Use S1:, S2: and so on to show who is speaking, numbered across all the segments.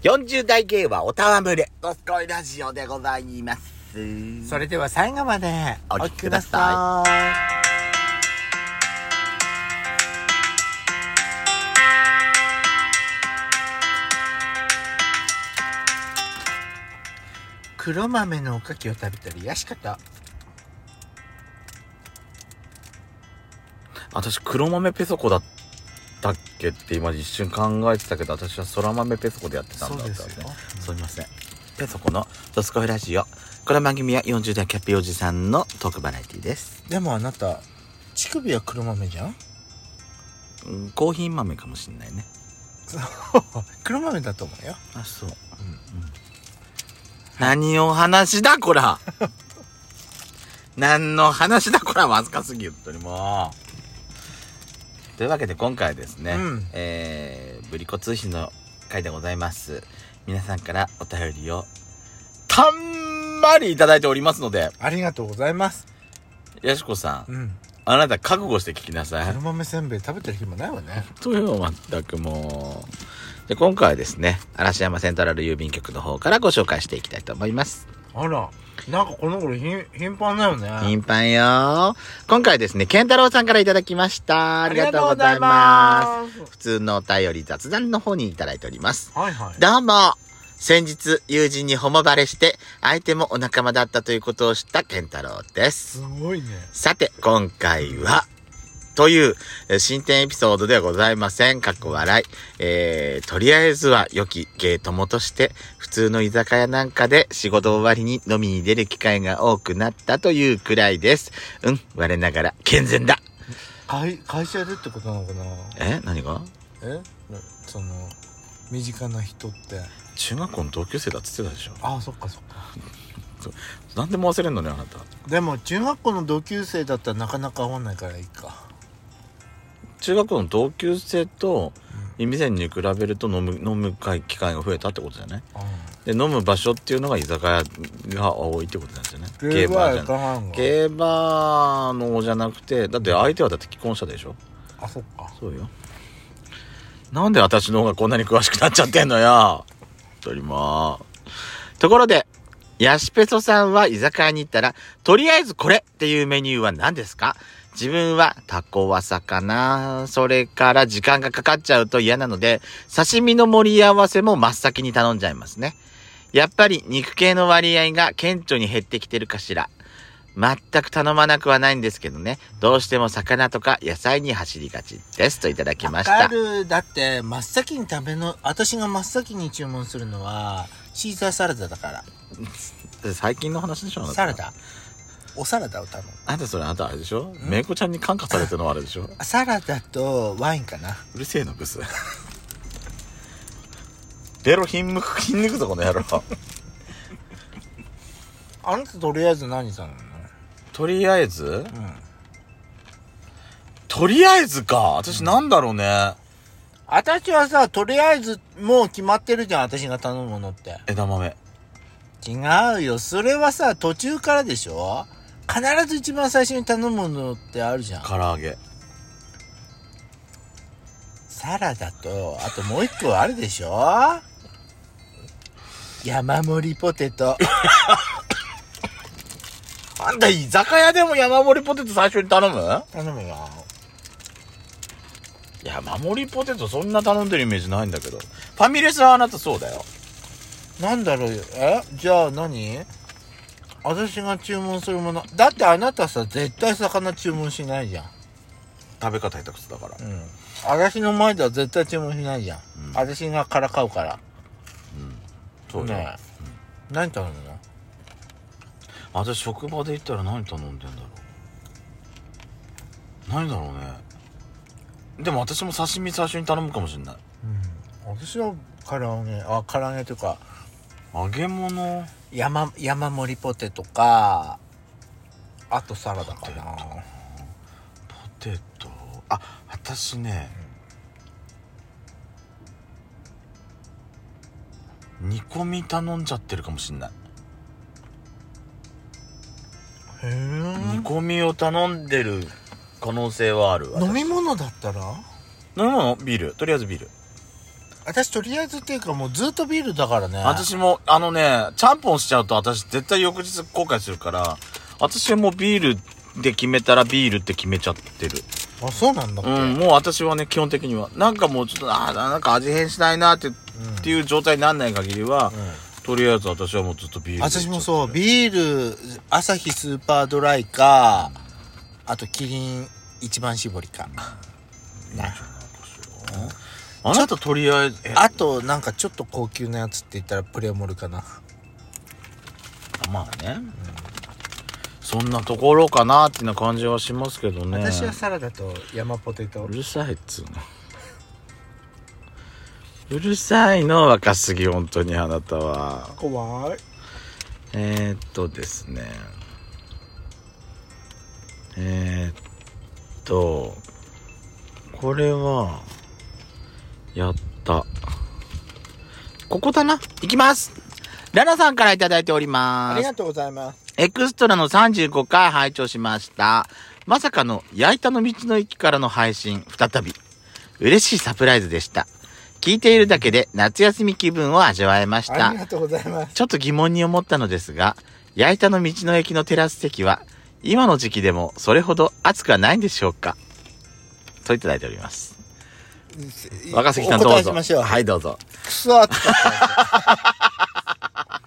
S1: 40代芸はおたわむれ、ドスコイラジオでございます。
S2: それでは最後まで
S1: お
S2: お
S1: 聞
S2: 聞
S1: き
S2: き
S1: く
S2: く
S1: だ
S2: だ
S1: さ
S2: さい。黒豆のおかきを食べたら癒し方
S1: 私、黒豆ペソコだったっけって今一瞬考えてたけど、私は空豆ペソコでやってたんだったんですね。すみません。ペソコのドスコイラジオ。この番組は40代キャピおじさんのトークバラエティです。
S2: でもあなた乳首は黒豆じゃ ん
S1: うん、コーヒー豆かもしんないね。
S2: 黒豆だと思うよ
S1: あ、そう。何を話だ、こら何の話だ、こらわずかすぎる、本当にもう。というわけで今回はですね、
S2: うん
S1: えー、ぶりこ通信の回でございます。皆さんからお便りを、たんまりいただいておりますので、
S2: ありがとうございます
S1: やしこさん、
S2: うん
S1: あなた覚悟して聞きなさい
S2: 黒。豆せんべい食べてる暇ないわね
S1: というま全くもう。で、今回はですね、嵐山セントラル郵便局の方からご紹介していきたいと思います。
S2: あらなんかこの頃頻頻繁だよね
S1: 頻繁よ。今回ですね、健太郎さんからいただきました。ありがとうございます。
S2: す
S1: 普通のお便り雑談の方にいただいております。
S2: はいはい
S1: どうも。先日、友人にホモバレして、相手もお仲間だったということを知った健太郎です。
S2: すごいね
S1: さて、今回は、という、えー進展エピソードではございません。かっこ笑い。えー、とりあえずは良きゲートもとして、普通の居酒屋なんかで仕事終わりに飲みに出る機会が多くなったというくらいです。うん、我ながら健全だ。
S2: 会会社でってことなのかな
S1: え何が
S2: えその身近な人って
S1: 中学校の同級生だって言ってたでしょ。
S2: ああそっかそっか
S1: なんでも忘れんのね、あなた。
S2: でも中学校の同級生だったらなかなか会わないからいいか
S1: 中学校の同級生と、以前に比べると飲む、飲む会機会が増えたってことじゃない
S2: うん
S1: で飲む場所っていうのが居酒屋が多いってことなんですよね
S2: ゲーバー
S1: じ
S2: や
S1: ゃ
S2: か
S1: な
S2: ないの
S1: い競馬のじゃなくてだって相手はだって既婚者でしょ
S2: あそっか
S1: そうよなんで私の方がこんなに詳しくなっちゃってんのよとりまところでヤシペソさんは居酒屋に行ったらとりあえずこれっていうメニューは何ですか自分はタコワサかなそれから時間がかかっちゃうと嫌なので刺身の盛り合わせも真っ先に頼んじゃいますねやっぱり肉系の割合が顕著に減ってきてるかしら全く頼まなくはないんですけどねどうしても魚とか野菜に走りがちですといただきま
S2: わ
S1: し
S2: か
S1: た
S2: るだって真っ先に食べの私が真っ先に注文するのはシーザーサラダだか
S1: 最近の話でしょあ
S2: ら
S1: なた
S2: サラダおサラダを頼む
S1: あんたそれあんたあれでしょめいこちゃんに感化されてるのはあれでしょ
S2: あサラダとワインかな
S1: うるせえなブスベロひんむくひんぬくぞこの野郎
S2: あなたとりあえず何頼む
S1: とりあえず
S2: のうん
S1: とりあえずか私なんだろうね、
S2: 私はさとりあえずもう決まってるじゃん私が頼むものって
S1: 枝豆
S2: 違うよそれはさ途中からでしょ必ず一番最初に頼むものってあるじゃん
S1: 唐揚げ
S2: サラダとあともう一個あるでしょ山盛りポテト
S1: あんた居酒屋でも山盛りポテト最初に頼む
S2: 頼むよ
S1: 山盛りポテトそんな頼んでるイメージないんだけどファミレスはあなたそうだよ
S2: なんだろうよえじゃあ何私が注文するものだってあなたさ絶対魚注文しないじゃん
S1: 食べ方下手くそだから
S2: うん私の前では絶対注文しないじゃん、
S1: うん
S2: 私がからかうから
S1: そうだよ、
S2: ねえ何頼むの
S1: 私職場で行ったら何頼んでんだろう何だろうねでも私も刺身最初に頼むかもしれない
S2: うん私は唐揚げあ唐揚げというか
S1: 揚げ物
S2: 山山盛りポテトかあとサラダかな
S1: ポテトあ私ね、煮込み頼んじゃってるかもしれない、
S2: へ
S1: 煮
S2: え
S1: 込みを頼んでる可能性はある私
S2: 飲み物だったら
S1: 飲み物ビールとりあえずビール
S2: 私とりあえずっていうかもうずっとビールだからね
S1: 私も、あのね、ちゃんぽんしちゃうと私絶対翌日後悔するから、私はもうビールで決めたらビールって決めちゃってる。
S2: あそうなんだっけ、
S1: うん、もう私はね、基本的には。なんかもうちょっと、ああ、なんか味変しないなって、っていう状態になんない限りは、とりあえず私はもうずっとビールで
S2: 私もそうビール朝日スーパードライかあとキリン一番搾りかな
S1: あなたとりあえず、え
S2: あとなんかちょっと高級なやつって言ったらプレモルかな
S1: まあね、そんなところかなっていうな感じはしますけどね。
S2: 私はサラダと山ポテト
S1: うるさいっつうの うるさいの若すぎ本当にあなたは
S2: 怖い
S1: えー、っとですねえー、っとこれはやったここだないきますララさんからいただいております
S2: ありがとうございます
S1: エクストラの35回拝聴しました。まさかの焼いたの道の駅からの配信、再び。嬉しいサプライズでした。聞いているだけで夏休み気分を味わえまし
S2: あ
S1: た
S2: り。がとうございます
S1: ちょっと疑問に思ったのですが、焼いたの道の駅のテラス席は、今の時期でもそれほど暑くはないんでしょうかといただいております。若杉さんど
S2: お答
S1: う
S2: え
S1: ぞ。
S2: しましょう
S1: はい、どうぞ。
S2: くそ暑かった。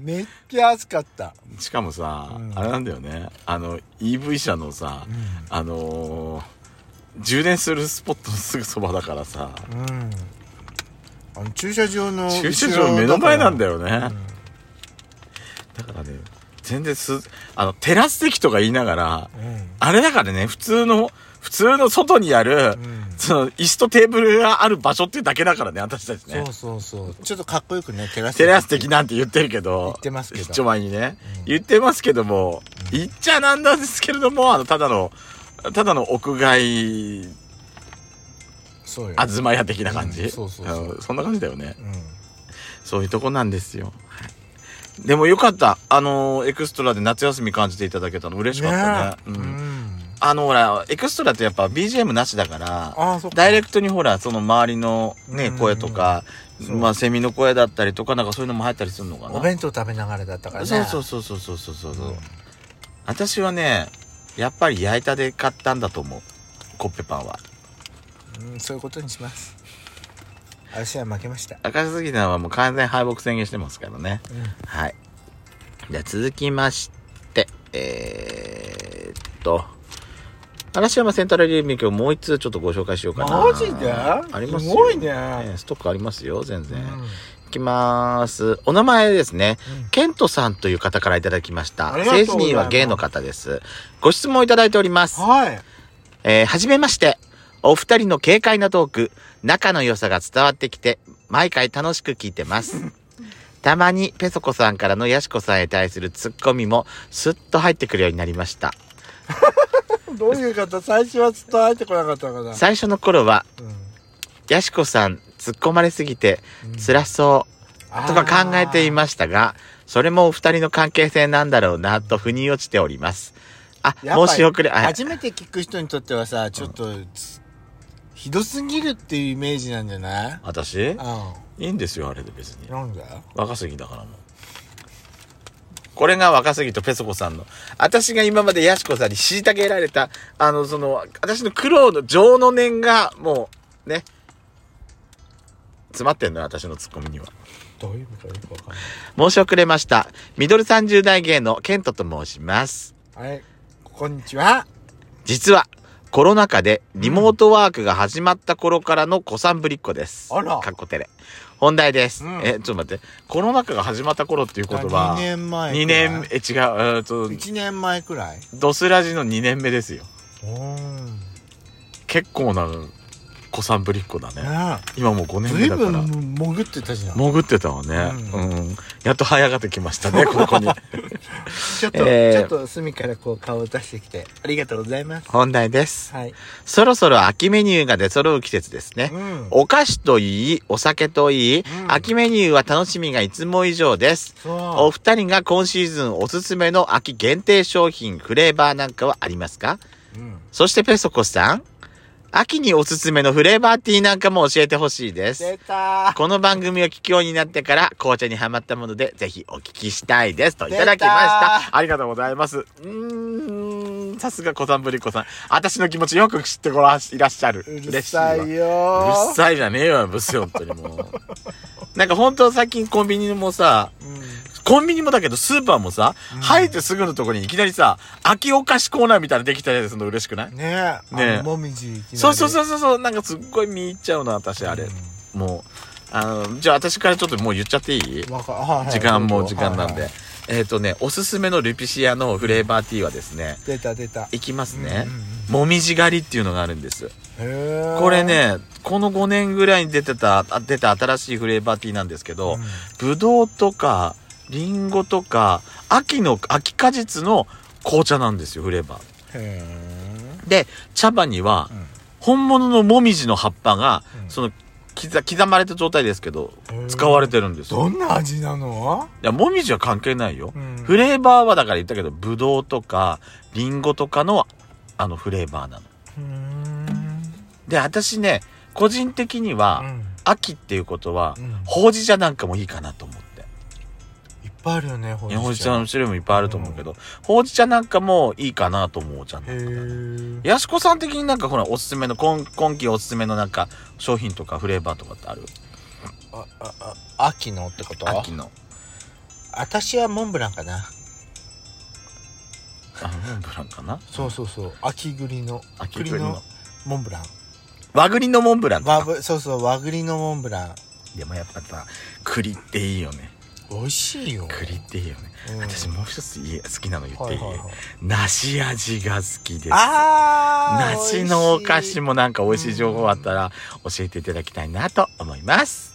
S2: めっちゃ暑かった。
S1: しかもさ、
S2: うん
S1: あれなんだよねあの EV 車のさ、あのー充電するスポットのすぐそばだからさ
S2: うん。あの駐車場の
S1: 駐車場目の前なんだ
S2: よ。
S1: よね、だからね全然すあのテラス席とか言いながら
S2: うん。
S1: あれだからね普通の普通の外にある、
S2: ん
S1: その椅子とテーブルがある場所っていうだけだからね私たちね
S2: そうそうそう。ちょっとかっこよくね、テラス。
S1: テラス的なんて言ってるけど。
S2: 言ってますけど
S1: 一丁前にね。言ってますけども、言っちゃなんなんですけれども、あの、ただの、ただの屋外、
S2: そうよ。
S1: あずまや的な感じ。
S2: うんそうそうそう
S1: あのそんな感じだよね
S2: う。ん。
S1: そういうとこなんですよ。はいでもよかった。あの、エクストラで夏休み感じていただけたの嬉しかったね。
S2: えう
S1: うん
S2: ん。
S1: あの、ほら、エクストラってやっぱ BGM なしだから、
S2: ああ、そっか。
S1: ダイレクトにほら、その周りのね、
S2: うん
S1: 声とか、
S2: そう
S1: まあ、セミの声だったりとか、なんかそういうのも入ったりするのかな。
S2: お弁当食べながらだったからね。
S1: そうそう
S2: そ
S1: そうそうそうそうそう、
S2: うん
S1: 私はねやっぱり焼いたで買ったんだと思うコッペパンは
S2: う。うん、そういうことにします。私は負けました。
S1: 赤杉さんはもう完全敗北宣言してますからね
S2: うん。
S1: はいじゃあ続きましてえー、っと嵐山セントラル郵便局もう一通ちょっとご紹介しようかな
S2: マジで
S1: ありますよ
S2: すごいね
S1: ストックありますよ全
S2: う
S1: 然、
S2: ん。
S1: いきます。お名前ですね。
S2: うん
S1: ケントさんという方からいただきました。
S2: ありがとうござい
S1: 政
S2: ます
S1: 治人はゲイの方です。ご質問いただいております。
S2: はい。
S1: えーはじめまして。お二人の軽快なトーク、仲の良さが伝わってきて、毎回楽しく聞いて ます。たまにペソコさんからのヤシコさんへ対するツッコミも、スッと入ってくるようになりました。
S2: どういう方最初はずっと入ってこなかったかな。
S1: 最初の頃は、
S2: うん。
S1: ヤシコさん、突っ込まれすぎて、辛そう。とか考えていましたが、それもお二人の関係性なんだろうなと腑に落ちております。あ、
S2: やっぱ
S1: 申し遅れ、あ、
S2: 初めて聞く人にとってはさちょっと、つひどすぎるっていうイメージなんじゃない
S1: 私
S2: う
S1: いいんですよ、あれで別に
S2: ん。なんだ
S1: 若すぎだからもう。これが若すぎとペソコさんの。私が今までヤシコさんに虐げられた、あの、その、私の苦労の情の念が、もう、ね。詰まってんのよ、私のツッコミには。
S2: どういうことかよくわか
S1: 申
S2: ん
S1: し遅れました。ミドル30代芸のケントと申します。
S2: ないはいこんにちは
S1: 実はコロナ禍でリモートワークが始まった頃からの子さんぶりっ子です。
S2: あら
S1: かっこテレ。本題です。
S2: うん
S1: え、ちょっと待って。コロナ禍が始まった頃っていう言葉。
S2: 2年前
S1: 2年、え、違う、えーっと、
S2: 1年前くらい
S1: ドスラジの2年目ですよ。
S2: うん
S1: 結構な子さんぶりっ子だね。
S2: ね
S1: 今もう5
S2: え
S1: 年
S2: ず
S1: 目
S2: い
S1: だか
S2: ぶ
S1: ら
S2: ん。潜ってたじゃん
S1: 潜ってたわね、う
S2: うんん。
S1: やっと早がってきました ね、ここに。
S2: ちょっと、
S1: えー
S2: ちょっと隅からこう顔を出してきてありがとうございます
S1: 本題です。
S2: はい
S1: そろそろ秋メニューが出揃う季節ですね。
S2: ん
S1: お菓子といい、お酒といい、
S2: うん
S1: 秋メニューは楽しみがいつも以上です。お
S2: そ
S1: 二人が今シーズンおすすめの秋限定商品、フレーバーなんかはありますか
S2: う、うん、
S1: そしてペソコさん、秋におすすめのフレーバーティーなんかも教えてほしいです。
S2: 出た
S1: この番組を聞くようになってから紅茶にハマったもので、ぜひお聞きしたいです。といただきました。ありがとうございます。うーん、さすが小さんぶりっ子さん。私の気持ちよく知ってごらんいらっしゃる。
S2: う
S1: 嬉
S2: る
S1: しいわ
S2: さいよ
S1: う
S2: ー
S1: っさいじゃねえよ、ブスよ、本当にもう。 なんか本当最近コンビニもさ、コンビニもだけどスーパーもさ、入ってすぐのとこにいきなりさ、秋お菓子コーナーみたいなのできたりするの嬉しくない
S2: うんねえ
S1: ねえ
S2: あのもみじいきなり
S1: そうそうそうそうそう、なんかすっごい見入っちゃうな、私あれ。もう、あの、じゃあ私からちょっともう言っちゃっていい
S2: わかはいはい
S1: 時間もう時間なん
S2: はい
S1: で
S2: はい。
S1: えっとね、おすすめのルピシアのフレーバーティーはですね、
S2: 出た出た
S1: いきますね
S2: うんうん。
S1: もみじ狩りっていうのがあるんです。
S2: へえ
S1: これね、この5年ぐらいに出てた、あ出た新しいフレーバーティーなんですけど、ぶどうとか、りんごとか、秋の、秋果実の紅茶なんですよ、フレーバー。
S2: へ
S1: で、茶葉には
S2: うん、
S1: 本物のもみじの葉っぱが、
S2: うん
S1: その、刻刻まれた状態ですけど
S2: へ、ー
S1: 使われてるんですよ。
S2: ど
S1: い
S2: んな味なの
S1: や、もみじは関係ないよ。
S2: うん
S1: フレーバーはだから言ったけど、ぶどうとか、りんごとかの、あの、フレーバーなの。
S2: うん
S1: で、私ね、個人的には、
S2: うん
S1: 秋っていうことは、
S2: うん
S1: ほうじ茶なんかもいいかなと思って。
S2: いっぱいあるよねほう
S1: いやほうじ茶の種類もいっぱいあると思うけど、ほうじ茶なんかもいいかなと思うじゃん。
S2: へえ
S1: やしこさん的になんかほら、おすすめの、今今季おすすめのなんか、商品とかフレーバーとかってある
S2: あああ秋のってこと
S1: 秋の。
S2: 私はモンブランかな
S1: あ、モンブランかな
S2: そうそうそう秋栗の
S1: 秋栗の
S2: モンブラン
S1: 和栗のモンブランと
S2: 和
S1: か。
S2: ぶそうそう和栗のモンブラン
S1: でもやっぱさ、栗っていいよね。
S2: 美味しいよ
S1: 栗っていいよね。
S2: うん
S1: 私もう一ついい好きなの言っ
S2: は
S1: てい
S2: い
S1: い、
S2: はいはい
S1: 梨味が好きです。
S2: あー
S1: 梨のお菓子
S2: も
S1: もなんか美味しい情報あったら教えていただきたいなと思います。